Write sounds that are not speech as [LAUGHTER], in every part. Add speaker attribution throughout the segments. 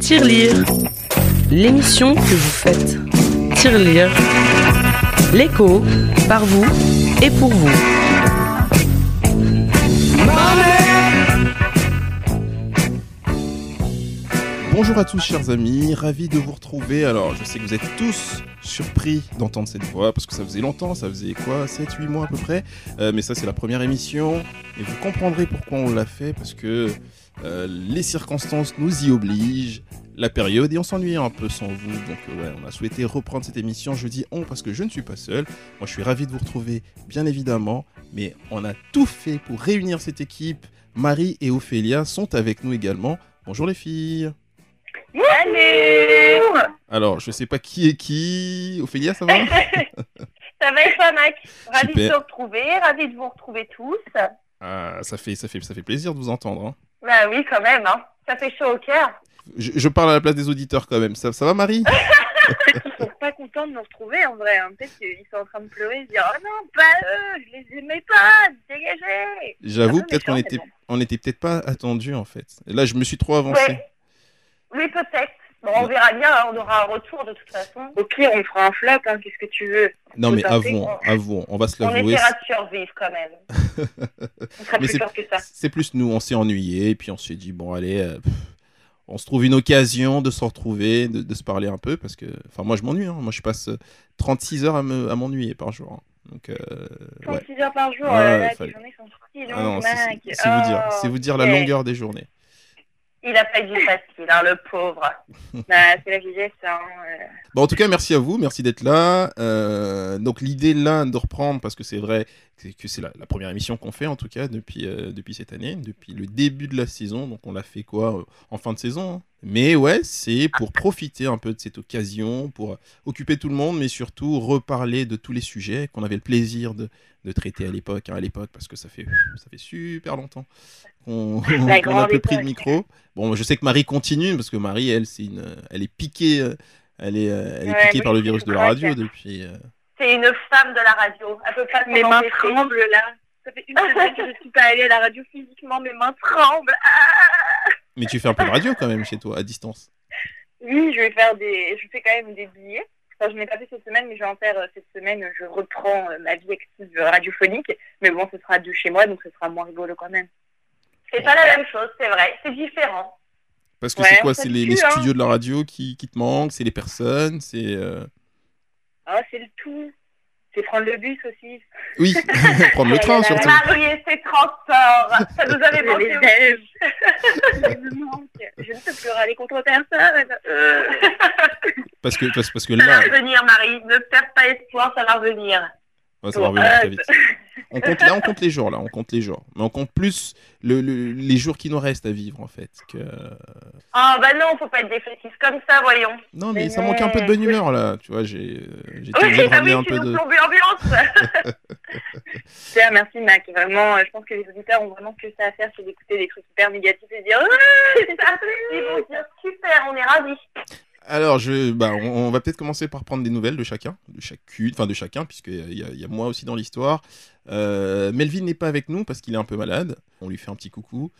Speaker 1: Tirelire, l'émission que vous faites. Tirelire, l'écho, par vous et pour vous.
Speaker 2: Bonjour à tous chers amis, ravi de vous retrouver. Alors je sais que vous êtes tous surpris d'entendre cette voix parce que ça faisait longtemps, ça faisait quoi 7-8 mois à peu près. Euh, mais ça c'est la première émission et vous comprendrez pourquoi on l'a fait parce que euh, les circonstances nous y obligent, la période et on s'ennuie un peu sans vous. Donc euh, ouais, on a souhaité reprendre cette émission. Je dis on parce que je ne suis pas seul. Moi je suis ravi de vous retrouver bien évidemment, mais on a tout fait pour réunir cette équipe. Marie et Ophélia sont avec nous également. Bonjour les filles
Speaker 3: Salut
Speaker 2: Alors, je sais pas qui est qui. Ophélia,
Speaker 4: [LAUGHS]
Speaker 2: ça va
Speaker 3: Ça va et toi, Max Ravi de
Speaker 2: Super.
Speaker 3: te retrouver, ravi de vous retrouver tous.
Speaker 2: Ah, ça fait, ça fait, ça fait plaisir de vous entendre. hein.
Speaker 3: Bah oui, quand même, hein. ça fait chaud au
Speaker 2: [LAUGHS]
Speaker 3: cœur.
Speaker 2: Je, je parle à la place des auditeurs quand même. Ça, ça va, Marie
Speaker 4: Ils sont pas contents de nous retrouver en vrai. hein. Peut-être qu'ils sont en train de pleurer et se dire Oh non, pas eux, je les aimais pas, dégagez
Speaker 2: J'avoue,
Speaker 4: Ah non,
Speaker 2: peut-être
Speaker 4: mais
Speaker 2: qu'on
Speaker 4: ça,
Speaker 2: était,
Speaker 4: c'est
Speaker 2: on était peut-être pas attendu en fait. Et là, je me suis trop avancé.
Speaker 3: Ouais. Oui, peut-être. Bon, on verra bien, hein, on aura un retour de toute façon.
Speaker 4: Au pire, on fera un flop, hein, qu'est-ce que tu veux
Speaker 2: non, mais
Speaker 4: tout à fait.
Speaker 2: avouons, avouons. On va se
Speaker 3: On
Speaker 2: l'avouer.
Speaker 3: essaiera de survivre quand
Speaker 2: [LAUGHS]
Speaker 3: même.
Speaker 4: On serait
Speaker 2: Mais c'est-
Speaker 4: plus fort que ça.
Speaker 2: C'est plus nous, on s'est ennuyés et puis on s'est dit bon, allez, euh, pff, on se trouve une occasion de se retrouver, de, de se parler un peu parce que, enfin, moi, je m'ennuie. hein. Moi, je passe euh, 36 heures à me- à m'ennuyer par jour. hein. Donc, euh, ouais.
Speaker 4: 36 heures par jour,
Speaker 2: Ouais,
Speaker 4: oh là là,
Speaker 2: ouais,
Speaker 4: tes
Speaker 2: fallait-
Speaker 4: journées sont si longues,
Speaker 2: Ah non, c'est-
Speaker 4: Oh, Mac.
Speaker 2: c'est c'est vous dire,
Speaker 4: Oh,
Speaker 2: c'est vous dire la
Speaker 4: ok.
Speaker 2: longueur des journées.
Speaker 3: Il a pas eu du facile, hein, le pauvre.
Speaker 4: Bah, c'est la vieillesse, hein. euh.
Speaker 2: Bon, en tout cas, merci à vous, merci d'être là. Euh, donc l'idée là de reprendre, parce que c'est vrai que- que c'est la, la première émission qu'on fait en tout cas depuis, euh, depuis cette année, depuis le début de la saison, donc on l'a fait quoi euh, en fin de saison. hein. Mais ouais, c'est pour profiter un peu de cette occasion, pour euh, occuper tout le monde, mais surtout reparler de tous les sujets qu'on avait le plaisir de, de traiter à l'époque, hein, à l'époque, parce que ça fait, ça fait super longtemps qu'on qu'on
Speaker 4: [LAUGHS] La
Speaker 2: a
Speaker 4: grande
Speaker 2: peu pris de
Speaker 4: époque.
Speaker 2: micro. Bon, je sais que Marie continue, parce que Marie, elle, c'est une, elle est piquée. euh, elle est, euh, elle est
Speaker 4: Ouais,
Speaker 2: piquée
Speaker 4: oui,
Speaker 2: par le
Speaker 4: je
Speaker 2: virus de la
Speaker 4: crois
Speaker 2: radio
Speaker 4: que-
Speaker 2: depuis. euh,
Speaker 3: C'est une femme de la radio. Elle peut pas
Speaker 4: Mes mains
Speaker 3: commencer.
Speaker 4: tremblent là. Ça fait une semaine que je suis pas allée à la radio physiquement, mes mains tremblent.
Speaker 2: Mais tu fais un peu de radio quand même chez toi, à distance.
Speaker 4: Oui, je vais faire des. Je fais quand même des billets. Enfin, je n'ai pas fait cette semaine, mais je vais en faire euh, cette semaine. Je reprends euh, ma vie active euh, radiophonique. Mais bon, ce sera de chez moi, donc ce sera moins rigolo quand même.
Speaker 3: C'est pas la même chose, c'est vrai. C'est différent.
Speaker 2: Parce que
Speaker 4: Ouais,
Speaker 2: c'est quoi
Speaker 4: ça
Speaker 2: C'est
Speaker 4: te
Speaker 2: les, les
Speaker 4: tue, hein.
Speaker 2: studios de la radio qui, qui te manquent, c'est les personnes, c'est. euh,
Speaker 4: Ah, c'est le tout. C'est prendre le bus aussi.
Speaker 2: Oui,
Speaker 4: [LAUGHS]
Speaker 2: [LAUGHS] prendre le train surtout.
Speaker 3: Marie et ses transports. Ça nous avait
Speaker 4: Les
Speaker 3: manqué.
Speaker 4: déj. Ils me manquent. Je ne peux plus râler contre personne. Euh.
Speaker 2: Parce que, parce, parce que
Speaker 3: Ça va [LAUGHS]
Speaker 4: [LAUGHS]
Speaker 2: là,
Speaker 3: revenir, Marie. Ne perds pas espoir, ça va revenir.
Speaker 2: Ouais, ça va revenir très vite. On compte, là, on compte les jours, là, on compte les jours. Mais on compte plus le- le- les jours qui nous restent à vivre, en fait. Que...
Speaker 3: Ah bah non, faut pas être défaitiste comme ça, voyons.
Speaker 2: Non, mais,
Speaker 4: Mais
Speaker 2: ça manque un peu de
Speaker 4: non.
Speaker 2: bonne humeur, là. Tu vois, j'ai euh, j'ai été
Speaker 3: Oui,
Speaker 2: obligé de
Speaker 3: ah oui,
Speaker 2: ramener un
Speaker 3: tu
Speaker 2: peu
Speaker 3: nous
Speaker 2: de.
Speaker 3: plombes l'ambiance.
Speaker 2: [LAUGHS]
Speaker 4: Super, merci Mac. Vraiment, euh, je pense que les auditeurs ont vraiment que ça à faire, c'est d'écouter des trucs hyper négatifs et de dire Ah,
Speaker 3: C'est ça. Ils vont dire super, on est ravis.
Speaker 2: Alors, je, bah, on, on va peut-être commencer par prendre des nouvelles de chacun, de chacune, enfin de chacun, puisqu'il y, a- il y a- il y a moi aussi dans l'histoire. Euh, Melvin n'est pas avec nous parce qu'il est un peu malade. On lui fait un petit coucou.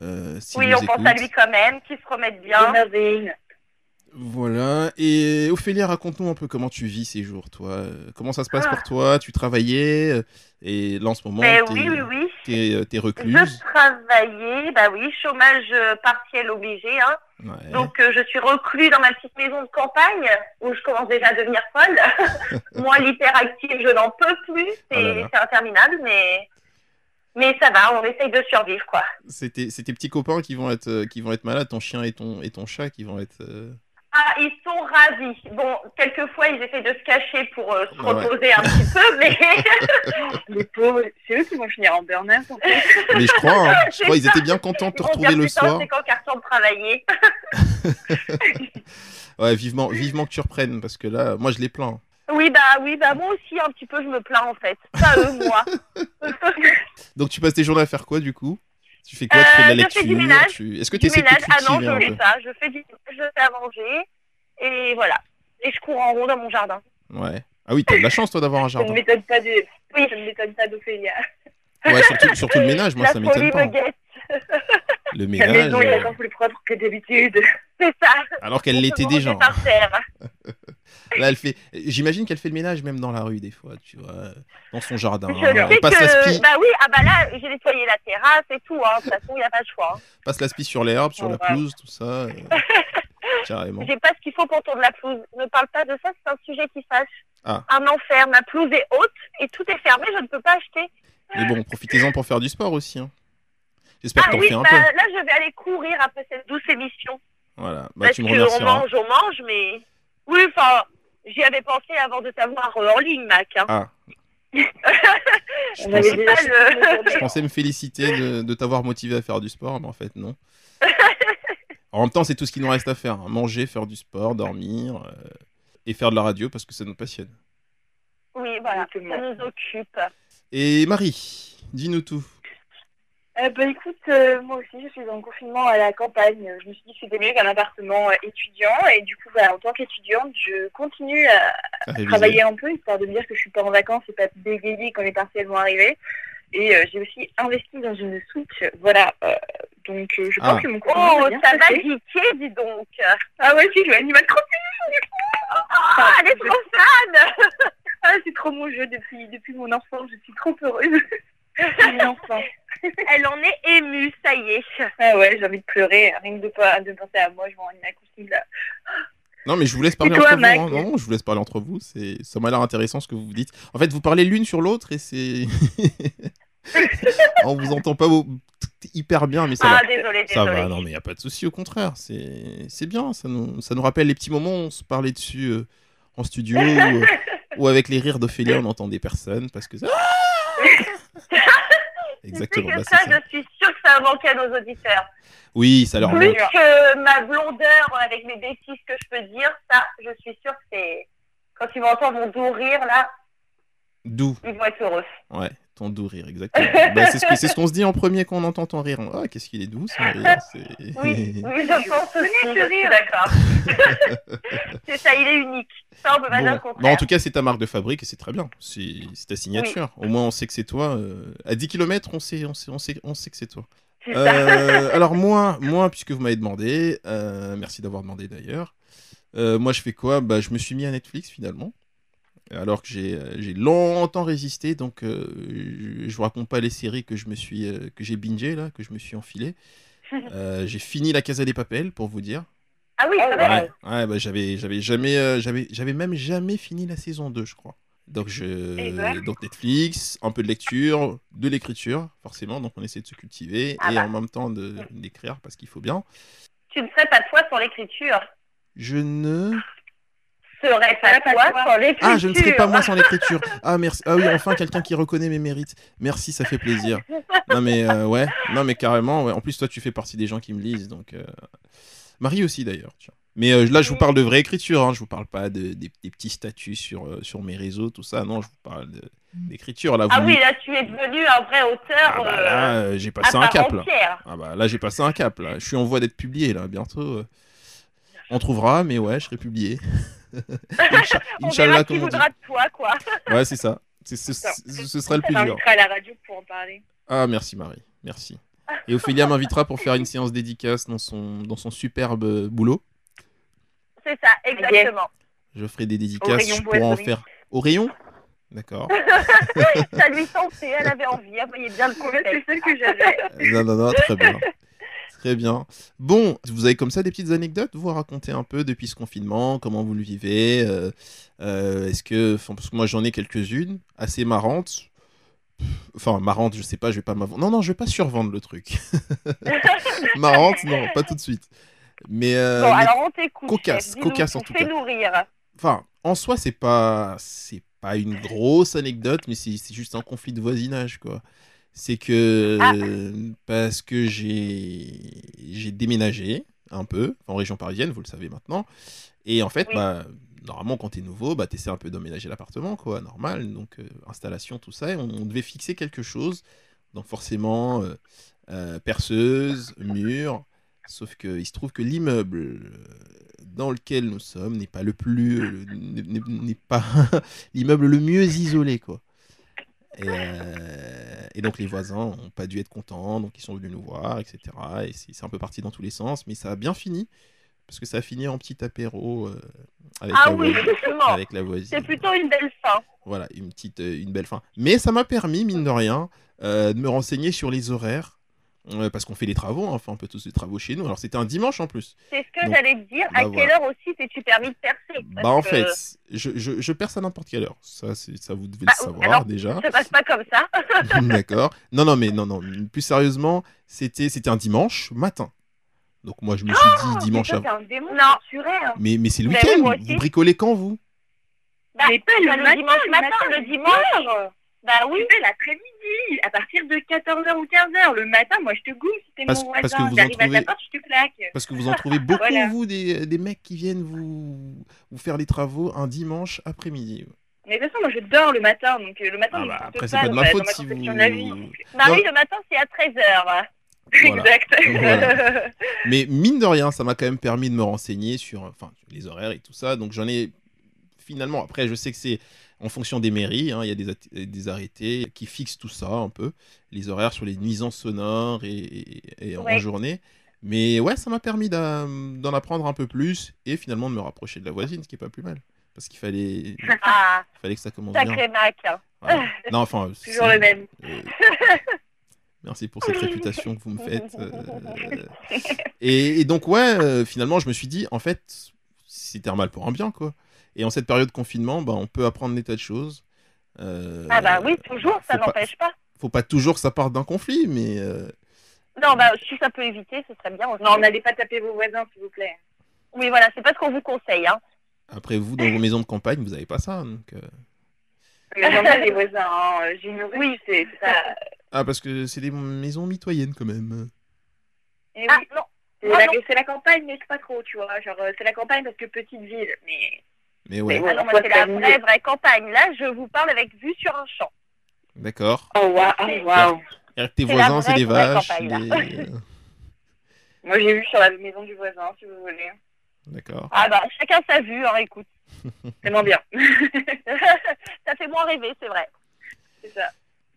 Speaker 2: euh, s'il
Speaker 3: oui,
Speaker 2: nous
Speaker 3: on pense à
Speaker 2: écoute.
Speaker 3: lui quand même, qu'il se remette bien.
Speaker 4: Honorine.
Speaker 2: Voilà. Et Ophélia, raconte-nous un peu comment tu vis ces jours, toi. Euh, Comment ça se passe
Speaker 3: Ah.
Speaker 2: pour toi Tu travaillais euh, et là en ce moment,
Speaker 3: Mais
Speaker 2: t'es
Speaker 3: Ben oui, oui, oui.
Speaker 2: t'es, euh, t'es
Speaker 3: Je
Speaker 2: recluse.
Speaker 3: travaillais, bah oui, chômage euh, partiel obligé. Hein.
Speaker 2: Ouais.
Speaker 3: Donc euh, je suis reclue dans ma petite maison de campagne où je commence déjà à devenir folle.
Speaker 2: [LAUGHS]
Speaker 3: Moi, l'hyperactive, je n'en peux plus. C'est
Speaker 2: Oh là là.
Speaker 3: c'est interminable, mais... mais ça va, on essaye de survivre, quoi.
Speaker 2: C'est tes c'est tes petits copains qui vont être euh, qui vont être malades, ton chien et ton et ton chat qui vont être. euh,
Speaker 3: Ah, ils sont ravis. Bon, quelquefois, ils essaient de se cacher pour euh, se
Speaker 2: Ah ouais.
Speaker 3: reposer un petit peu, mais
Speaker 2: [LAUGHS]
Speaker 4: Les pauvres, c'est eux qui vont finir en burn-out. en fait.
Speaker 2: Mais je crois, hein,
Speaker 3: [LAUGHS]
Speaker 2: je
Speaker 3: C'est
Speaker 2: crois, ils
Speaker 3: ça.
Speaker 2: étaient bien contents de te
Speaker 3: ils vont
Speaker 2: retrouver
Speaker 3: dire,
Speaker 2: le
Speaker 3: putain,
Speaker 2: soir.
Speaker 3: C'est quand qu'elle retourne travailler.
Speaker 2: Ouais, vivement, vivement que tu reprennes, parce que là, moi, je les plains.
Speaker 3: Oui, bah oui, bah moi aussi, un petit peu, je me plains, en fait. Pas eux,
Speaker 2: [LAUGHS]
Speaker 3: moi.
Speaker 2: Donc, tu passes tes journées à faire quoi, du coup Tu fais quoi Tu fais de la
Speaker 3: Euh, je
Speaker 2: lecture
Speaker 3: fais du ménage.
Speaker 2: tu- Est-ce que tu
Speaker 3: du
Speaker 2: essaies de
Speaker 3: ménage, ah non,
Speaker 2: cultiver
Speaker 3: je
Speaker 2: un
Speaker 3: fais
Speaker 2: peu
Speaker 3: ça. Je fais du je fais à manger, et voilà. Et je cours en rond dans mon jardin.
Speaker 2: Ouais. Ah oui, t'as de la chance, toi, d'avoir un
Speaker 4: Ça ne
Speaker 2: jardin.
Speaker 4: m'étonne pas de-
Speaker 3: Oui.
Speaker 4: ça ne m'étonne pas d'Ophélia.
Speaker 2: Ouais, surtout, surtout le ménage, moi,
Speaker 3: La
Speaker 2: ça m'étonne
Speaker 3: folie
Speaker 2: pas.
Speaker 3: me guette.
Speaker 2: Le
Speaker 4: La
Speaker 2: ménage.
Speaker 4: maison est
Speaker 3: [LAUGHS]
Speaker 2: euh,
Speaker 4: encore plus propre que d'habitude. C'est ça.
Speaker 2: Alors qu'elle l'était
Speaker 4: Je me
Speaker 2: déjà.
Speaker 4: remets Par terre.
Speaker 2: Là, elle fait. J'imagine qu'elle fait le ménage même dans la rue des fois, tu vois, dans son jardin.
Speaker 4: Je
Speaker 2: hein.
Speaker 4: sais
Speaker 2: Elle passe la
Speaker 4: que,
Speaker 2: spie,
Speaker 4: bah oui, ah bah là, j'ai nettoyé la terrasse et tout, hein. De toute façon, il n'y a pas de choix. hein.
Speaker 2: passe la spie sur l'herbe, sur
Speaker 4: Ouais.
Speaker 2: la pelouse, tout ça.
Speaker 4: [LAUGHS]
Speaker 2: euh, Carrément.
Speaker 4: J'ai pas ce qu'il faut pour tourner la pelouse. Ne parle pas de ça, c'est un sujet qui fâche.
Speaker 2: Ah.
Speaker 4: Un enfer. Ma pelouse est haute et tout est fermé, je ne peux pas acheter.
Speaker 2: Mais bon, profitez-en pour faire du sport aussi. hein. J'espère
Speaker 4: Ah
Speaker 2: que t'en
Speaker 4: oui,
Speaker 2: fais un
Speaker 4: bah,
Speaker 2: peu.
Speaker 4: là, je vais aller courir après cette douce émission.
Speaker 2: Voilà. Bah,
Speaker 4: parce
Speaker 2: tu me
Speaker 4: qu'on
Speaker 2: remercieras.
Speaker 4: mange, on mange, mais. Oui, enfin, j'y avais pensé avant de t'avoir euh, en ligne, Mac. Hein.
Speaker 2: Ah. je,
Speaker 4: avait
Speaker 2: pensais,
Speaker 4: déjà le-
Speaker 2: je pensais me féliciter de, de t'avoir motivé à faire du sport, mais en fait,
Speaker 4: [LAUGHS]
Speaker 2: non. En même temps, c'est tout ce qu'il nous reste à faire. hein. Manger, faire du sport, dormir euh, et faire de la radio parce que ça nous passionne.
Speaker 4: Oui, voilà, ça
Speaker 3: Exactement.
Speaker 4: nous occupe.
Speaker 2: Et Marie, dis-nous tout.
Speaker 4: Euh, bah, écoute, euh, moi aussi, je suis en confinement à la campagne. Je me suis dit que c'était mieux qu'un appartement euh, étudiant. Et du coup, voilà, en tant qu'étudiante, je continue à
Speaker 2: À réviser.
Speaker 4: travailler un peu, histoire de me dire que je suis pas en vacances et pas bégayée quand les partiels vont arriver. Et euh, j'ai aussi investi dans une Switch. Voilà. euh, donc, euh, je pense
Speaker 2: Ah.
Speaker 4: que mon
Speaker 3: Oh, ça va
Speaker 4: passé.
Speaker 3: geeker, dis donc.
Speaker 4: Ah ouais, si, je vais animal crossing.
Speaker 3: Oh, elle est trop fan
Speaker 4: Ah, c'est trop mon jeu depuis, depuis mon enfance. Je suis trop heureuse. mon enfant.
Speaker 3: Elle en est émue, ça y est.
Speaker 4: Ah ouais, j'ai envie de pleurer. Rien que de, pas, de penser à moi, je vais en animal crossing là.
Speaker 2: Non, mais je vous laisse parler
Speaker 4: Et toi,
Speaker 2: entre vous.
Speaker 4: Mac
Speaker 2: hein. Non, je vous laisse parler entre vous. C'est ça m'a l'air intéressant ce que vous dites. En fait, vous parlez l'une sur l'autre et
Speaker 4: [LAUGHS]
Speaker 2: c'est. [LAUGHS] On vous entend pas au- hyper bien, mais ça va.
Speaker 3: Ah, désolé,
Speaker 2: Ça
Speaker 3: désolé.
Speaker 2: va, non, mais il a pas de souci, au contraire, c'est c'est bien, ça nous, ça nous rappelle les petits moments où on se parlait dessus euh, en [LAUGHS] studio, ou, ou avec les rires d'Ophélie, on entendait personne, parce [LAUGHS] que... Ah Exactement,
Speaker 3: Tu sais
Speaker 2: bah,
Speaker 3: que
Speaker 2: c'est
Speaker 3: ça,
Speaker 2: ça.
Speaker 3: je suis sûre que ça manquait à nos auditeurs.
Speaker 2: Oui, ça leur
Speaker 3: Plus
Speaker 2: manque.
Speaker 3: que ma blondeur avec mes bêtises que je peux dire, ça, je suis sûre que c'est. Quand ils m'entendent mon doux rire, là,
Speaker 2: D'où
Speaker 3: ils vont être heureux.
Speaker 2: Ouais, ton doux rire, exactement. Bah, c'est ce que- c'est ce qu'on se dit en premier quand on entend ton rire. Ah, qu'est-ce qu'il est doux, son [LAUGHS] rire. c'est- [LAUGHS]
Speaker 3: Oui, oui je pense aussi, je suis d'accord. [LAUGHS] c'est ça, il est unique. Ça, on peut pas
Speaker 2: Bon,
Speaker 3: dire le
Speaker 2: bah,
Speaker 3: contraire.
Speaker 2: en tout cas, c'est ta marque de fabrique et c'est très bien. C'est c'est ta signature. Au moins, on sait que c'est toi. euh, à 10 km, on sait, on sait, on sait, on sait que c'est toi.
Speaker 3: C'est
Speaker 2: Euh, alors, moi, moi, puisque vous m'avez demandé, euh, merci d'avoir demandé d'ailleurs. euh, moi, je fais quoi bah, Je me suis mis à Netflix finalement. Alors que j'ai euh, j'ai longtemps résisté, donc euh, je- je vous raconte pas les séries que je me suis euh, que j'ai bingé là, que je me suis enfilé. Euh, j'ai fini la Casa des Papels pour vous dire.
Speaker 3: Ah oui, quand même.
Speaker 2: Ouais, ouais, bah, j'avais, j'avais jamais, euh, j'avais, j'avais même jamais fini la saison 2, je crois. Donc,
Speaker 4: Eh ben.
Speaker 2: je, donc Netflix, un peu de lecture, de l'écriture, forcément. Donc, on essaie de se cultiver
Speaker 3: Ah
Speaker 2: et
Speaker 3: bah.
Speaker 2: en même temps de, d'écrire parce qu'il faut bien.
Speaker 3: Tu ne serais pas toi sans l'écriture.
Speaker 2: Je ne.
Speaker 3: Serais
Speaker 4: Ah,
Speaker 3: pas
Speaker 4: pas
Speaker 3: toi
Speaker 4: toi.
Speaker 3: sans l'écriture.
Speaker 2: Ah, je ne serai pas moi sans l'écriture. Ah, merci. Ah oui, enfin, quelqu'un qui reconnaît mes mérites. Merci, ça fait plaisir. Non, mais euh, ouais, non, mais carrément. ouais. En plus, toi, tu fais partie des gens qui me lisent. Donc, euh, Marie aussi, d'ailleurs. tiens. Mais euh, là, je vous parle de vraie écriture. Hein. Je vous parle pas de, des, des petits statuts sur, euh, sur mes réseaux, tout ça. Non, je vous parle de- d'écriture. Là, vous
Speaker 3: Ah
Speaker 2: me-
Speaker 3: oui, là, tu es devenu un vrai auteur.
Speaker 2: Ah bah
Speaker 3: euh,
Speaker 2: là, euh, j'ai
Speaker 3: à
Speaker 2: passé un
Speaker 3: part
Speaker 2: cap. Là.
Speaker 3: entière.
Speaker 2: Ah bah là, j'ai passé un cap. Là. Je suis en voie d'être publié. Là, bientôt. euh, On trouvera, mais ouais, je
Speaker 3: [LAUGHS]
Speaker 2: serai publié. [LAUGHS] Incha-
Speaker 3: On
Speaker 2: Inch'Allah,
Speaker 3: verra qui
Speaker 2: comme on dit.
Speaker 3: voudra de toi, quoi.
Speaker 2: Ouais, c'est ça. C'est- c'est- c'est- ce sera le plus dur.
Speaker 4: T'inviteras à la radio pour en parler.
Speaker 2: Ah, merci Marie, merci. Et Ophélia m'invitera pour faire une séance dédicace dans son, dans son superbe euh, boulot.
Speaker 3: C'est ça, exactement.
Speaker 2: Je ferai des dédicaces,
Speaker 4: rayon
Speaker 2: je pourrai en
Speaker 4: boiserie.
Speaker 2: faire au rayon. D'accord.
Speaker 3: Ça lui sentait, elle avait envie, elle voyait bien le
Speaker 4: C'est
Speaker 3: concept.
Speaker 4: celle que j'avais.
Speaker 2: non, non, non, très bien. Très bien. Bon, vous avez comme ça des petites anecdotes, vous à raconter un peu depuis ce confinement, comment vous le vivez. euh, euh, Est-ce que, enfin, parce que moi j'en ai quelques-unes assez marrantes. Enfin, marrantes, je sais pas, je vais pas m'avant. Non, non, je vais pas survendre le truc. [LAUGHS] marrantes, non, pas tout de suite. Mais, euh,
Speaker 3: Bon,
Speaker 2: mais
Speaker 3: alors on t'écoute.
Speaker 2: cocasse,
Speaker 3: chef. Dis-nous
Speaker 2: cocasse
Speaker 3: tout,
Speaker 2: en tout
Speaker 3: Fais
Speaker 2: cas.
Speaker 3: nourrir.
Speaker 2: Enfin, en soi, c'est pas, c'est pas une grosse anecdote, mais c'est c'est juste un conflit de voisinage, quoi. C'est que
Speaker 3: Ah.
Speaker 2: euh, parce que j'ai j'ai déménagé un peu en région parisienne, vous le savez maintenant, et en fait,
Speaker 3: Oui.
Speaker 2: bah normalement quand t'es nouveau, bah t'essaies un peu d'emménager l'appartement, quoi, normal. Donc euh, installation, tout ça, et on, on devait fixer quelque chose. Donc forcément, euh, euh, perceuse, mur. Sauf que il se trouve que l'immeuble euh, dans lequel nous sommes n'est pas le plus, euh, n'est- n'est n'est pas [LAUGHS] l'immeuble le mieux isolé, quoi. Et, euh, et donc les voisins n'ont pas dû être contents, donc ils sont venus nous voir, etc. Et c'est c'est un peu parti dans tous les sens, mais ça a bien fini. Parce que ça a fini en petit apéro euh, avec,
Speaker 4: Ah
Speaker 2: la
Speaker 4: oui,
Speaker 2: voisine-
Speaker 4: justement.
Speaker 2: avec la voisine.
Speaker 4: C'est plutôt une belle fin.
Speaker 2: Voilà, une petite, euh, une belle fin. Mais ça m'a permis, mine de rien, euh, de me renseigner sur les horaires. euh, parce qu'on fait les travaux, hein, enfin, on fait tous les travaux chez nous. Alors, c'était un dimanche en plus.
Speaker 4: C'est ce que
Speaker 2: Donc,
Speaker 4: j'allais te dire.
Speaker 2: bah
Speaker 4: à quelle
Speaker 2: voilà.
Speaker 4: heure aussi t'es-tu permis de percer Parce
Speaker 2: Bah, en
Speaker 4: que
Speaker 2: fait, je, je, je perds ça à n'importe quelle heure. Ça, c'est- ça vous devez
Speaker 4: Ah,
Speaker 2: le
Speaker 4: oui,
Speaker 2: savoir
Speaker 4: alors, [LAUGHS]
Speaker 2: déjà. [LAUGHS]
Speaker 4: Ça passe pas comme ça.
Speaker 2: D'accord. Non, non, mais non, non. Plus sérieusement, c'était c'était un dimanche matin. Donc, moi, je me suis dit dimanche avant.
Speaker 4: un démon naturel.
Speaker 5: hein.
Speaker 2: Mais, mais c'est le
Speaker 4: Bah Ah, oui,
Speaker 2: week-end.
Speaker 4: moi aussi.
Speaker 2: vous bricolez quand, vous
Speaker 4: Bah,
Speaker 5: Mais pas
Speaker 4: tu
Speaker 5: le
Speaker 4: vas
Speaker 5: matin,
Speaker 4: dimanche
Speaker 5: le
Speaker 4: matin,
Speaker 5: matin,
Speaker 4: le
Speaker 5: le
Speaker 4: dimanche. Bah oui.
Speaker 5: Tu fais l'après-midi, à partir de 14h ou 15h. Le matin, moi, je te goûte, si t'es
Speaker 2: Parce-
Speaker 5: mon
Speaker 2: parce
Speaker 5: voisin.
Speaker 2: que vous en
Speaker 5: J'arrive à
Speaker 2: trouvez-
Speaker 5: ta porte, je te plaque.
Speaker 2: Parce que vous en
Speaker 4: [LAUGHS]
Speaker 2: trouvez beaucoup,
Speaker 5: Voilà.
Speaker 2: vous, des, des mecs qui viennent vous, vous faire les travaux un dimanche après-midi.
Speaker 5: Mais de toute façon, moi, je dors le matin. Donc, euh, le matin,
Speaker 2: Ah
Speaker 5: je
Speaker 2: bah,
Speaker 5: ne
Speaker 2: après,
Speaker 5: dors
Speaker 2: c'est pas de
Speaker 5: dans
Speaker 2: ma faute
Speaker 5: euh, dans
Speaker 2: si
Speaker 5: conception
Speaker 2: vous.
Speaker 5: de la vie.
Speaker 4: Bah
Speaker 2: Non.
Speaker 4: oui, le matin, c'est à 13h. [LAUGHS]
Speaker 2: Voilà.
Speaker 5: Exact.
Speaker 2: Voilà. Mais mine de rien, ça m'a quand même permis de me renseigner sur euh, enfin, sur les horaires et tout ça. Donc j'en ai finalement. Après, je sais que c'est en fonction des mairies. hein, Il y a des, at- des arrêtés qui fixent tout ça un peu. Les horaires sur les nuisances sonores et, et- et en
Speaker 4: Ouais.
Speaker 2: journée. Mais ouais, ça m'a permis d'a- d'en apprendre un peu plus et finalement de me rapprocher de la voisine, ce qui est pas plus mal. Parce qu'il fallait,
Speaker 4: [LAUGHS] Ah,
Speaker 2: fallait que ça commence bien.
Speaker 4: sacré Mac. hein.
Speaker 2: Voilà. Non, enfin, c'est-
Speaker 5: Toujours le même.
Speaker 2: euh, Merci pour cette réputation que vous me faites. euh, Et, et donc, ouais, euh, finalement, je me suis dit, en fait, c'était un mal pour un bien, quoi. Et en cette période de confinement, bah, on peut apprendre des tas de choses. Euh,
Speaker 4: Ah bah oui, toujours, ça
Speaker 2: faut pas-
Speaker 4: n'empêche pas.
Speaker 2: Faut pas toujours que ça parte d'un conflit, mais euh,
Speaker 4: Non, bah si ça peut éviter, ce serait bien. aussi.
Speaker 5: Non, n'allez pas taper vos voisins, s'il vous plaît.
Speaker 4: Oui, voilà, c'est pas ce qu'on vous conseille.
Speaker 5: [LAUGHS]
Speaker 4: Hein.
Speaker 2: après, vous, dans vos maisons de campagne, vous n'avez pas ça. donc, euh.
Speaker 5: Mais j'en ai des voisins. hein. J'ai une rue,
Speaker 4: Oui.
Speaker 5: c'est c'est ça.
Speaker 2: Ah, parce que c'est des maisons mitoyennes, quand même.
Speaker 5: Et
Speaker 4: Ah
Speaker 5: oui,
Speaker 4: non,
Speaker 5: c'est
Speaker 4: ah
Speaker 5: la-
Speaker 4: non.
Speaker 5: c'est la campagne, mais c'est pas trop, tu vois. Genre, euh, c'est la campagne parce que petite ville. Mais
Speaker 2: Mais ouais,
Speaker 5: Mais
Speaker 4: ah, non, moi, c'est la vraie, vraie campagne. Là, je vous parle avec vue sur un champ.
Speaker 2: d'accord.
Speaker 5: Oh, waouh.
Speaker 4: C'est-
Speaker 5: waouh.
Speaker 2: Alors que Tes
Speaker 4: C'est la
Speaker 2: voisins, c'est
Speaker 4: vraie
Speaker 2: des
Speaker 4: vraie
Speaker 2: vaches.
Speaker 4: campagne,
Speaker 2: des- euh,
Speaker 5: Moi, j'ai vu sur la maison du voisin, si vous voulez.
Speaker 2: D'accord.
Speaker 4: Ah bah, chacun sa vue, hein, écoute.
Speaker 5: [LAUGHS] C'est moins bien.
Speaker 4: [LAUGHS] ça fait moins rêver, c'est vrai.
Speaker 5: C'est ça.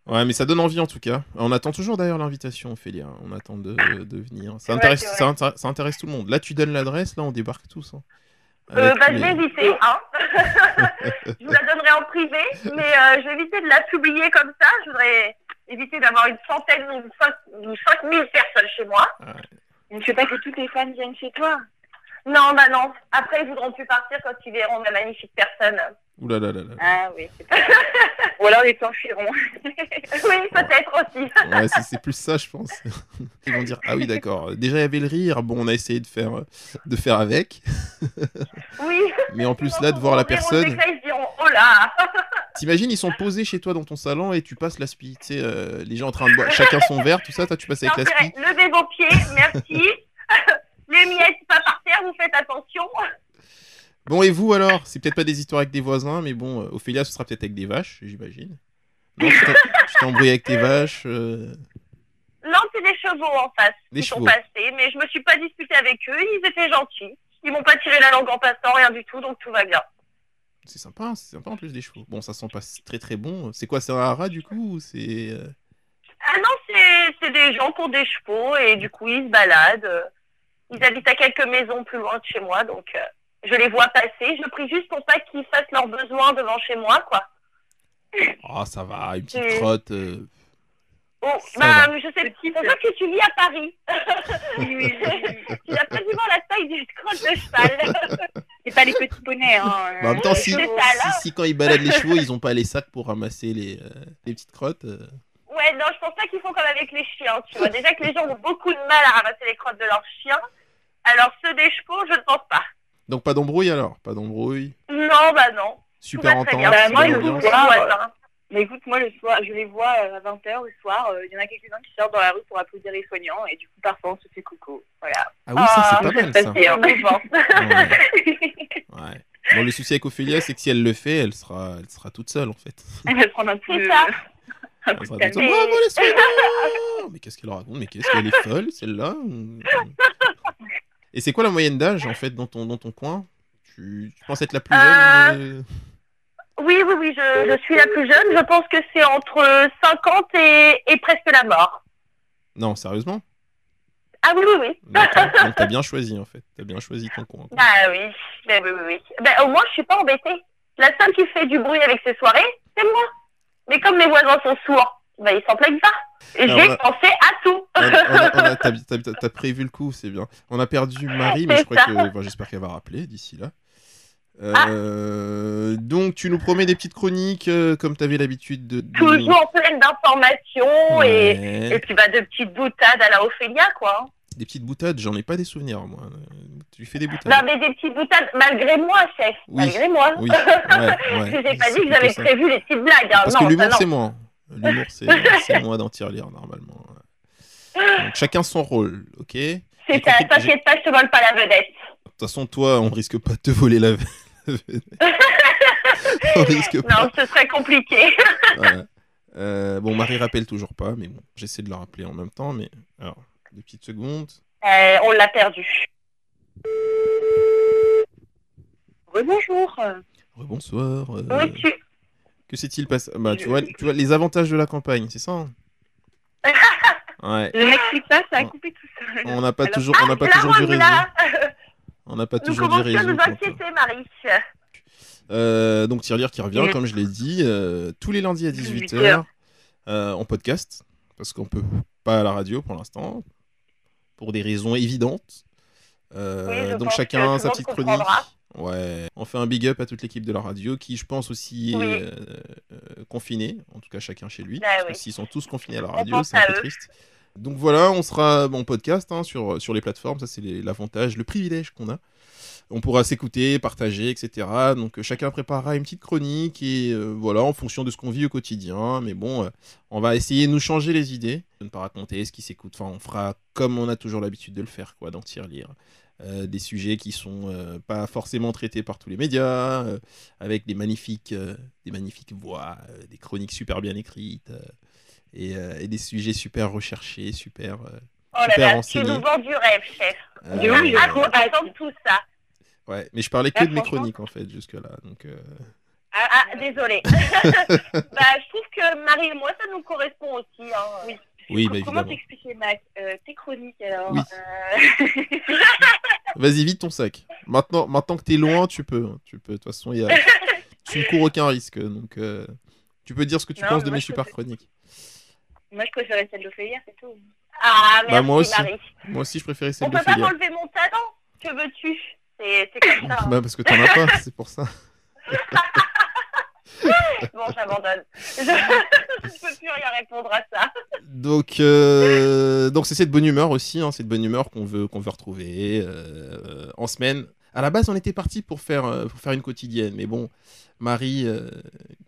Speaker 2: Ouais, mais ça donne envie en tout cas. On attend toujours d'ailleurs l'invitation, Ophélia. On attend de, de venir. Ça
Speaker 5: vrai,
Speaker 2: intéresse,
Speaker 5: c'est vrai.
Speaker 2: ça, intér- ça intéresse tout le monde. Là, tu donnes l'adresse, là, on débarque tous. hein.
Speaker 4: Euh,
Speaker 2: Avec
Speaker 4: bah, je
Speaker 2: les-
Speaker 4: vais éviter, hein. [LAUGHS] je vous la donnerai en privé, mais euh, je vais éviter de la publier comme ça. Je voudrais éviter d'avoir une centaine ou cinq- ou 5000 personnes chez moi.
Speaker 5: Mais tu veux pas que toutes les femmes viennent chez toi
Speaker 4: Non, bah non. Après, ils voudront plus partir quand ils verront ma magnifique personne.
Speaker 2: Ouh là là là là.
Speaker 5: Ah oui, c'est
Speaker 4: [LAUGHS]
Speaker 5: pas Ou alors ils s'enfuiront.
Speaker 4: oui, peut-être aussi.
Speaker 2: Ouais, c'est- c'est plus ça, je pense. [LAUGHS] Ils vont dire Ah oui, d'accord. Déjà, il y avait le rire. Bon, on a essayé de faire, de faire avec.
Speaker 4: Oui.
Speaker 2: Mais en plus, là, de voir la
Speaker 4: Ils verront le
Speaker 2: personne.
Speaker 4: déclin, Ils se diront, oh là
Speaker 2: T'imagines, ils sont posés chez toi dans ton salon et tu passes l'aspi. Tu sais, euh, les gens en train de boire chacun son verre, tout ça. Toi, tu passes avec
Speaker 4: Non, c'est
Speaker 2: l'aspi.
Speaker 4: vrai. Levez vos pieds,
Speaker 2: [LAUGHS]
Speaker 4: merci. Les miettes, pas par terre, vous faites attention.
Speaker 2: Bon, et vous alors C'est peut-être pas des histoires avec des voisins, mais bon, euh, Ophélia, ce sera peut-être avec des vaches, j'imagine. Non, tu t'es- tu t'es embrouillé avec tes vaches. euh,
Speaker 4: Non, c'est des chevaux en face
Speaker 2: Des
Speaker 4: qui
Speaker 2: chevaux.
Speaker 4: sont passés, mais je me suis pas disputée avec eux, ils étaient gentils. Ils m'ont pas tiré la langue en passant, rien du tout, donc tout va bien.
Speaker 2: C'est sympa, hein, c'est sympa en plus des chevaux. Bon, ça sent pas très très bon. C'est quoi, c'est un hara du coup ou C'est. euh,
Speaker 4: Ah non, c'est c'est des gens qui ont des chevaux et du coup, ils se baladent. Ils habitent à quelques maisons plus loin de chez moi, donc euh, je les vois passer. Je prie juste pour pas qu'ils fassent leurs besoins devant chez moi, quoi.
Speaker 2: Ah, ça va, une petite
Speaker 4: C'est-
Speaker 2: trotte. euh,
Speaker 4: Oh,
Speaker 2: Ça
Speaker 4: bah, je sais, on voit que tu vis à Paris. [LAUGHS] tu as quasiment la taille d'une crotte de cheval.
Speaker 5: [LAUGHS] C'est pas les petits poneys. Hein,
Speaker 2: bah, en même temps, si,
Speaker 4: c'est
Speaker 2: si,
Speaker 4: ça, là.
Speaker 2: si, quand ils baladent les chevaux, ils ont pas les sacs pour ramasser les, euh, les petites crottes. euh.
Speaker 4: Ouais, non, je pense pas qu'ils font comme avec les chiens, tu vois. Déjà que les gens ont beaucoup de mal à ramasser les crottes de leurs chiens. Alors, ceux des chevaux, je ne pense pas.
Speaker 2: Donc, pas d'embrouille alors Pas d'embrouille.
Speaker 4: Non, bah non. Tout
Speaker 2: Super
Speaker 4: va très
Speaker 2: entente.
Speaker 4: bien.
Speaker 5: Bah,
Speaker 2: super
Speaker 5: moi, je
Speaker 2: ambiance.
Speaker 5: trouve-
Speaker 4: Voilà, voilà.
Speaker 5: Mais écoute, moi le soir, je les vois euh, à 20h le soir. euh, Il y en a quelques-uns qui sortent dans la rue pour applaudir les soignants et du coup parfois on se fait coucou. Voilà.
Speaker 2: Ah oui, ça, c'est
Speaker 4: Ah,
Speaker 2: pas mal ça.
Speaker 5: c'est un mouvement.
Speaker 4: [LAUGHS]
Speaker 2: Ouais. Ouais. Bon, le souci avec Ophélia, c'est que si elle le fait, elle sera, elle sera toute seule en fait.
Speaker 5: Elle va prendre un coup
Speaker 4: C'est
Speaker 5: de-
Speaker 4: ça.
Speaker 5: un
Speaker 2: Elle
Speaker 5: coup
Speaker 2: sera
Speaker 5: de
Speaker 2: toute
Speaker 5: calme.
Speaker 2: seule. Bravo, les
Speaker 4: [LAUGHS]
Speaker 2: soignants Mais qu'est-ce qu'elle raconte Mais qu'est-ce qu'elle est folle celle-là Et c'est quoi la moyenne d'âge en fait dans ton, dans ton coin tu, tu penses être la plus jeune euh,
Speaker 4: Oui, oui, oui, je, je suis la plus jeune. Je pense que c'est entre 50 et, et presque la mort.
Speaker 2: Non, sérieusement
Speaker 4: Ah oui, oui, oui.
Speaker 2: D'accord. Donc t'as bien choisi en fait. T'as bien choisi ton coin. quoi.
Speaker 4: Bah oui, bah oui, oui, oui. Bah, au moins, je suis pas embêtée. La seule qui fait du bruit avec ses soirées, c'est moi. Mais comme mes voisins sont sourds, bah, ils s'en plaignent pas. Et
Speaker 2: Alors,
Speaker 4: J'ai
Speaker 2: on a-
Speaker 4: pensé à tout.
Speaker 2: On a- on a- on a- T'as t'as- t'as- t'as prévu le coup, c'est bien. On a perdu Marie, mais je
Speaker 4: C'est
Speaker 2: crois
Speaker 4: ça.
Speaker 2: que, enfin, j'espère qu'elle va rappeler d'ici là.
Speaker 4: Ah.
Speaker 2: Euh, Donc tu nous promets des petites chroniques euh, comme t'avais l'habitude de. de-
Speaker 4: [LAUGHS] Toujours pleine d'informations et,
Speaker 2: Ouais.
Speaker 4: et puis bah, de petites boutades à la Ophélia, quoi. hein.
Speaker 2: Des petites boutades, j'en ai pas des souvenirs moi. Euh, Tu fais des boutades.
Speaker 4: Non, mais des petites boutades, malgré moi, chef.
Speaker 2: Oui.
Speaker 4: Malgré moi.
Speaker 2: Oui. Ouais,
Speaker 4: Je [LAUGHS]
Speaker 2: ouais.
Speaker 4: vous ai pas
Speaker 2: C'est
Speaker 4: dit que
Speaker 2: plutôt
Speaker 4: j'avais
Speaker 2: ça.
Speaker 4: prévu les petites blagues. hein.
Speaker 2: Parce
Speaker 4: non,
Speaker 2: que l'humour,
Speaker 4: ça,
Speaker 2: c'est
Speaker 4: non.
Speaker 2: moi. L'humour,
Speaker 4: [LAUGHS]
Speaker 2: c'est c'est moi d'en tirer normalement. Donc, chacun son rôle, ok De
Speaker 4: C'est
Speaker 2: j'ai compris
Speaker 4: ça.
Speaker 2: que j'ai-
Speaker 4: T'inquiète pas, je te vole pas la vedette.
Speaker 2: toute façon, toi, on risque pas de te voler
Speaker 4: [LAUGHS]
Speaker 2: la vedette. [LAUGHS] on risque pas.
Speaker 4: Non, ce serait compliqué. [LAUGHS]
Speaker 2: Voilà. Euh, bon, Marie rappelle toujours pas, mais bon, j'essaie de la rappeler en même temps. Mais alors, deux petites secondes.
Speaker 4: Euh, on l'a perdu.
Speaker 5: Rebonjour.
Speaker 2: Euh,
Speaker 5: Oh,
Speaker 2: Rebonsoir. euh,
Speaker 4: Oui, tu...
Speaker 2: Que s'est-il passé Bah, tu vois,
Speaker 4: Euh,
Speaker 2: tu vois les avantages de la campagne, c'est ça
Speaker 4: [LAUGHS]
Speaker 2: hein Ouais.
Speaker 5: Ne m'explique pas, ça a coupé tout seul.
Speaker 2: On n'a pas
Speaker 5: Alors-
Speaker 2: toujours, on n'a pas
Speaker 4: ah, la
Speaker 2: toujours du réseau.
Speaker 4: voilà. [LAUGHS]
Speaker 2: On n'a pas
Speaker 4: Nous
Speaker 2: toujours du
Speaker 4: commençons à
Speaker 2: réseau.
Speaker 4: nous
Speaker 2: quand, euh,
Speaker 4: inquiéter, Marie.
Speaker 2: Euh, donc Tirelire qui revient,
Speaker 5: Et-
Speaker 2: comme je l'ai dit, euh, tous les lundis à 18h
Speaker 5: 18h.
Speaker 2: en podcast, parce qu'on peut pas à la radio pour l'instant, pour des raisons évidentes. Euh,
Speaker 4: Oui, je
Speaker 2: donc
Speaker 4: pense que
Speaker 2: chacun
Speaker 4: tout
Speaker 2: sa
Speaker 4: le
Speaker 2: petite
Speaker 4: monde
Speaker 2: chronique.
Speaker 4: comprendra.
Speaker 2: Ouais. On fait un big up à toute l'équipe de la radio qui, je pense aussi,
Speaker 4: Oui.
Speaker 2: est euh, euh, confinée, en tout cas chacun chez lui.
Speaker 4: Bah
Speaker 2: parce que
Speaker 4: oui.
Speaker 2: S'ils sont tous confinés à la radio,
Speaker 4: pense
Speaker 2: c'est un
Speaker 4: à
Speaker 2: peu
Speaker 4: eux.
Speaker 2: triste. Donc voilà, on sera bon podcast hein, sur, sur les plateformes, ça c'est les- l'avantage, le privilège qu'on a. On pourra s'écouter, partager, etc. Donc euh, chacun préparera une petite chronique et euh, voilà, en fonction de ce qu'on vit au quotidien. Mais bon, euh, on va essayer de nous changer les idées, de ne pas raconter ce qui s'écoute. Enfin, on fera comme on a toujours l'habitude de le faire, quoi, dans Tire-Lire. Euh, des sujets qui sont euh, pas forcément traités par tous les médias, euh, avec des magnifiques, euh, des magnifiques voix, euh, des chroniques super bien écrites euh, et, euh, et des sujets super recherchés, super. euh,
Speaker 4: Oh là
Speaker 2: Super
Speaker 4: là, tu
Speaker 2: renseigné.
Speaker 4: nous vends du rêve, chef.
Speaker 5: De ouf,
Speaker 2: euh,
Speaker 4: Ah, faut attendre tout ça.
Speaker 2: ouais, mais je parlais que
Speaker 5: Ah,
Speaker 2: de mes
Speaker 5: franchement.
Speaker 2: chroniques en fait jusque-là, donc. euh,
Speaker 4: Ah,
Speaker 2: [LAUGHS]
Speaker 4: ah désolé. [LAUGHS] bah, je trouve que Marie et moi, ça nous correspond aussi. Hein.
Speaker 5: Oui.
Speaker 2: Oui, bah
Speaker 5: Comment
Speaker 2: évidemment.
Speaker 5: t'expliquer, Mac Euh, Tes chroniques, alors
Speaker 2: Oui.
Speaker 5: euh, [LAUGHS]
Speaker 2: Vas-y, vite ton sac. Maintenant, maintenant que t'es loin, tu peux. hein, Tu peux. De toute façon,
Speaker 5: [LAUGHS]
Speaker 2: il y a... tu ne cours aucun risque. Donc, euh, tu peux dire ce que tu
Speaker 5: Non,
Speaker 2: penses
Speaker 5: mais
Speaker 2: de
Speaker 5: moi,
Speaker 2: mes
Speaker 5: je
Speaker 2: super
Speaker 5: peux-
Speaker 2: chroniques.
Speaker 5: Moi, je préférais celle d'Ophélia, c'est tout.
Speaker 4: Ah, merci,
Speaker 2: Bah, moi aussi.
Speaker 4: Marie.
Speaker 2: Moi aussi, je préférais celle
Speaker 4: On
Speaker 2: de
Speaker 4: peut pas
Speaker 2: Félia.
Speaker 4: m'enlever mon talent. Que veux-tu C'est c'est comme ça. hein.
Speaker 2: [LAUGHS] Bah, parce que t'en as pas, c'est pour ça.
Speaker 4: Bon,
Speaker 2: [LAUGHS]
Speaker 4: j'abandonne. Je [LAUGHS] ne peux plus rien répondre à ça.
Speaker 2: Donc, euh, donc c'est cette bonne humeur aussi, hein, cette bonne humeur qu'on veut, qu'on veut retrouver euh, en semaine. À la base, on était parti pour faire, euh, pour faire une quotidienne, mais bon, Marie, euh,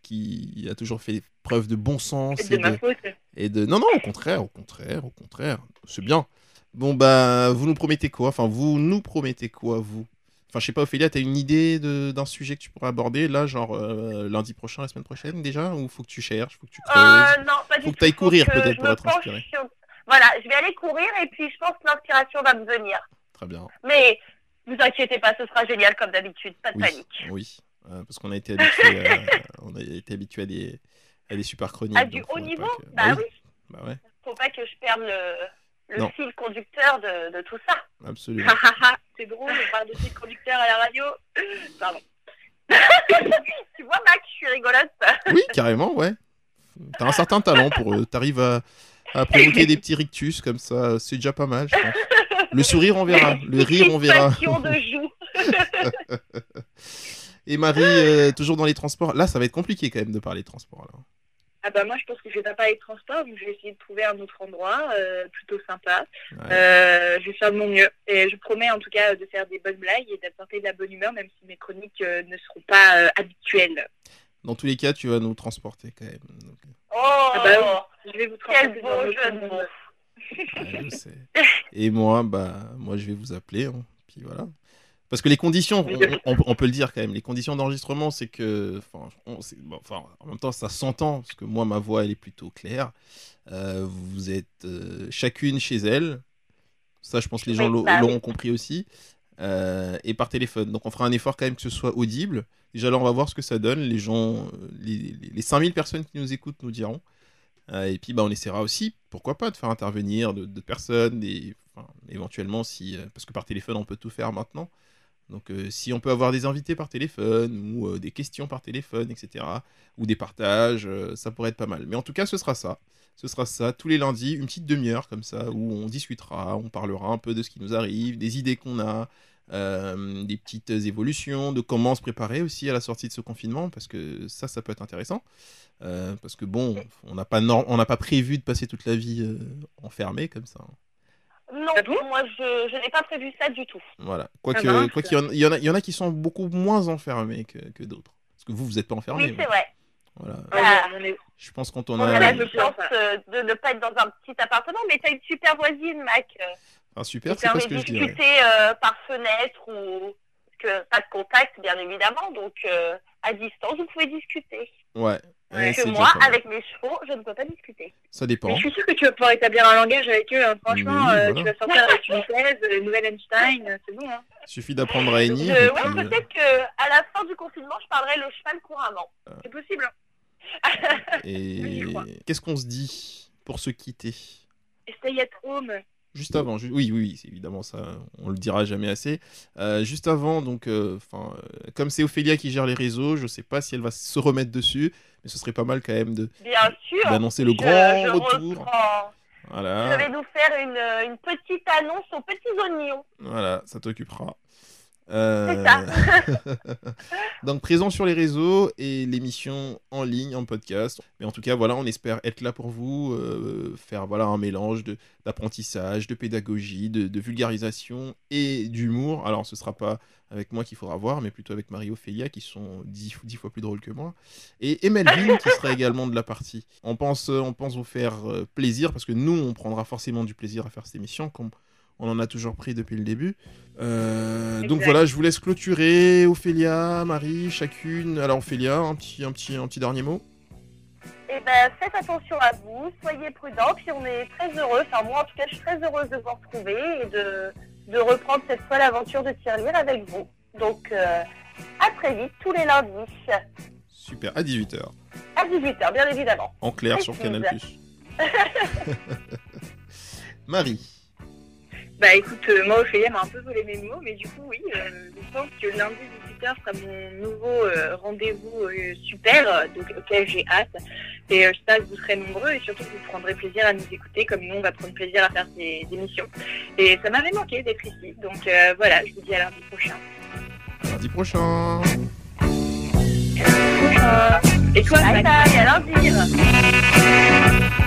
Speaker 2: qui a toujours fait preuve de bon sens
Speaker 5: C'est de
Speaker 2: et de,
Speaker 5: ma faute.
Speaker 2: Et de... Non, non, au contraire, au contraire, au contraire. C'est bien. Bon, bah, vous nous promettez quoi Enfin, vous nous promettez quoi, vous Enfin, je sais pas, Ophélia, t'as une idée de- d'un sujet que tu pourrais aborder, là, genre euh, lundi prochain, la semaine prochaine, déjà Ou faut que tu cherches, faut que tu creuses
Speaker 4: Euh, non, pas du
Speaker 2: Faut
Speaker 4: tout.
Speaker 2: que t'ailles
Speaker 4: Faut
Speaker 2: courir,
Speaker 4: que
Speaker 2: peut-être,
Speaker 4: je
Speaker 2: pour
Speaker 4: me
Speaker 2: être
Speaker 4: penche
Speaker 2: inspiré.
Speaker 4: sur- Voilà, je vais aller courir et puis je pense que l'inspiration va me venir.
Speaker 2: Très bien.
Speaker 4: Mais vous inquiétez pas, ce sera génial comme d'habitude, pas de
Speaker 2: Oui,
Speaker 4: panique.
Speaker 2: oui. Euh, parce qu'on a été habitué
Speaker 4: [LAUGHS]
Speaker 2: à, on a été habitué à des, à des super chroniques.
Speaker 4: À du
Speaker 2: donc
Speaker 4: haut
Speaker 2: faudrait pas
Speaker 4: niveau
Speaker 2: que-
Speaker 4: Bah oui.
Speaker 2: Bah ouais,
Speaker 4: Faut pas que je perde le, le
Speaker 2: Non.
Speaker 4: fil conducteur de, de tout ça.
Speaker 2: absolument.
Speaker 5: Ha, ha, ha, c'est drôle, on parle de fil conducteur à la radio. Pardon. [LAUGHS]
Speaker 4: Tu vois, Max, je suis rigolote. [LAUGHS]
Speaker 2: Oui, carrément, ouais. T'as un certain talent pour. euh, T'arrives à, à provoquer des petits rictus comme ça, c'est déjà pas mal, je pense. Le sourire, on verra.
Speaker 4: [LAUGHS]
Speaker 2: Le rire, on verra.
Speaker 4: Crispation de joue.
Speaker 2: Et Marie, euh, toujours dans les transports. Là, ça va être compliqué quand même de parler de transports. Là.
Speaker 5: Ah bah moi je pense que je vais pas parler de transport, donc je vais essayer de trouver un autre endroit euh, plutôt sympa.
Speaker 2: Ouais.
Speaker 5: Euh, je vais faire de mon mieux. Et je promets en tout cas de faire des bonnes blagues et d'apporter de la bonne humeur, même si mes chroniques euh, ne seront pas euh, habituelles.
Speaker 2: Dans tous les cas, tu vas nous transporter quand même. Donc,
Speaker 4: Oh,
Speaker 5: bah Je vais vous
Speaker 4: quel
Speaker 5: transmettre dans
Speaker 4: beau
Speaker 5: notre
Speaker 4: jeu de
Speaker 5: monde.
Speaker 4: mots.
Speaker 2: ouais, je
Speaker 4: [LAUGHS]
Speaker 2: sais. Et moi, bah, moi, je vais vous appeler. hein. Puis voilà. Parce que les conditions, on, on- on peut le dire quand même, les conditions d'enregistrement, c'est que. Enfin, on- c'est- bon, enfin, en même temps, ça s'entend, parce que moi, ma voix, elle est plutôt claire. Euh, vous êtes euh, chacune chez elle. Ça, je pense que les gens
Speaker 4: Oui,
Speaker 2: l'au-
Speaker 4: bah oui.
Speaker 2: l'auront compris aussi. Euh, et par téléphone. Donc, on fera un effort quand même que ce soit audible. Déjà, là, on va voir ce que ça donne. Les gens, euh, les, les- les 5000 personnes qui nous écoutent nous diront. Euh, et puis, bah, on essaiera aussi, pourquoi pas, de faire intervenir de- d'autres personnes, des, Enfin, éventuellement, si, euh, parce que par téléphone, on peut tout faire maintenant. Donc, euh, si on peut avoir des invités par téléphone ou euh, des questions par téléphone, etc., ou des partages, euh, ça pourrait être pas mal. Mais en tout cas, ce sera ça. Ce sera ça tous les lundis, une petite demi-heure comme ça, où on discutera, on parlera un peu de ce qui nous arrive, des idées qu'on a, euh, des petites évolutions, de comment se préparer aussi à la sortie de ce confinement, parce que ça, ça peut être intéressant. Euh, parce que bon, on n'a pas, nor- on n'a pas prévu de passer toute la vie euh, enfermé comme ça. hein.
Speaker 4: Non,
Speaker 5: Ah bon
Speaker 4: moi je, je n'ai pas prévu ça du tout.
Speaker 2: Voilà. Quoique,
Speaker 5: Ah mince.
Speaker 2: quoi qu'il y en- il y, en a- il y en a qui sont beaucoup moins enfermés que, que d'autres. Parce que vous, vous n'êtes pas enfermés.
Speaker 4: oui, c'est vrai.
Speaker 2: Voilà.
Speaker 5: Ah, non, on est-
Speaker 2: Je pense quand on
Speaker 5: On
Speaker 2: a
Speaker 5: a
Speaker 4: Elle a
Speaker 5: Ouais.
Speaker 4: la chance euh, de ne pas être dans un petit appartement, mais t'as une super voisine, Mac. euh,
Speaker 2: un
Speaker 4: qui
Speaker 2: super, c'est pas
Speaker 4: permet
Speaker 2: ce
Speaker 4: de
Speaker 2: que je dirais.
Speaker 4: discuter euh, par fenêtre ou parce que pas de contact, bien évidemment. Donc euh, à distance, vous pouvez discuter.
Speaker 2: Ouais. Ouais,
Speaker 4: que
Speaker 2: c'est
Speaker 4: moi,
Speaker 2: déjà pas mal.
Speaker 4: avec mes chevaux, je ne peux pas discuter.
Speaker 2: Ça
Speaker 5: Mais
Speaker 2: dépend.
Speaker 5: je suis sûre que tu vas pouvoir établir un langage avec eux. hein. Franchement,
Speaker 2: Oui,
Speaker 5: euh,
Speaker 2: voilà.
Speaker 5: tu vas sortir avec une thèse, euh, nouvelle Einstein, euh, c'est bon. Hein.
Speaker 2: Suffit d'apprendre à
Speaker 4: Je-
Speaker 2: hennir. et
Speaker 4: ouais,
Speaker 2: puis, euh, Euh.
Speaker 4: peut-être que à la fin du confinement, je parlerai le cheval couramment.
Speaker 5: C'est possible. hein.
Speaker 2: Et
Speaker 5: Oui, je crois.
Speaker 2: qu'est-ce qu'on se dit pour se quitter
Speaker 5: Et Stay at home.
Speaker 2: Juste avant, ju- oui, oui, oui, c'est évidemment ça, on le dira jamais assez. Euh, juste avant, donc, euh, 'fin, euh, comme c'est Ophélia qui gère les réseaux, je sais pas si elle va se remettre dessus, mais ce serait pas mal quand même de
Speaker 4: Bien sûr.
Speaker 2: d'annoncer Ben, le
Speaker 4: Ah, je-
Speaker 2: grand
Speaker 4: je
Speaker 2: retour. Hein.
Speaker 4: reprends. Je
Speaker 2: Voilà,
Speaker 4: vais nous faire une, une petite annonce aux petits oignons.
Speaker 2: voilà, ça t'occupera. Euh,
Speaker 4: C'est ça.
Speaker 2: [LAUGHS] Donc présent sur les réseaux et l'émission en ligne, en podcast. Mais en tout cas, voilà, on espère être là pour vous, euh, faire voilà un mélange de d'apprentissage, de pédagogie, de, de vulgarisation et d'humour. Alors ce sera pas avec moi qu'il faudra voir, mais plutôt avec Mario Felia qui sont dix, dix fois plus drôles que moi et, et Melvin qui sera également de la partie. On pense, euh, on pense vous faire euh, plaisir parce que nous, on prendra forcément du plaisir à faire cette émission comme on en a toujours pris depuis le début. Euh, donc
Speaker 5: Exact.
Speaker 2: voilà, je vous laisse clôturer. Ophélia, Marie, chacune. Alors Ophélia, un petit, un petit, un petit dernier mot.
Speaker 4: Eh ben, faites attention à vous, soyez prudents, puis on est très heureux, enfin moi en tout cas je suis très heureuse de vous retrouver et de, de reprendre cette fois l'aventure de tirelire avec vous. Donc euh, à très vite, tous les lundis,
Speaker 2: Super, à 18h,
Speaker 4: à 18h bien évidemment.
Speaker 2: en clair sur Canal+. [LAUGHS] Marie,
Speaker 5: Bah écoute, euh, moi Ophélie m'a un peu volé mes mots, mais du coup oui, euh, je pense que lundi 18h sera mon nouveau euh, rendez-vous euh, super, euh, donc auquel j'ai hâte. Et euh, j'espère que vous serez nombreux et surtout que vous prendrez plaisir à nous écouter comme nous on va prendre plaisir à faire ces émissions. Et ça m'avait manqué d'être ici, donc euh, voilà, je vous dis à lundi prochain.
Speaker 2: à lundi prochain.
Speaker 5: Et toi,
Speaker 4: Bye
Speaker 5: Max,
Speaker 4: bye, à lundi
Speaker 5: dire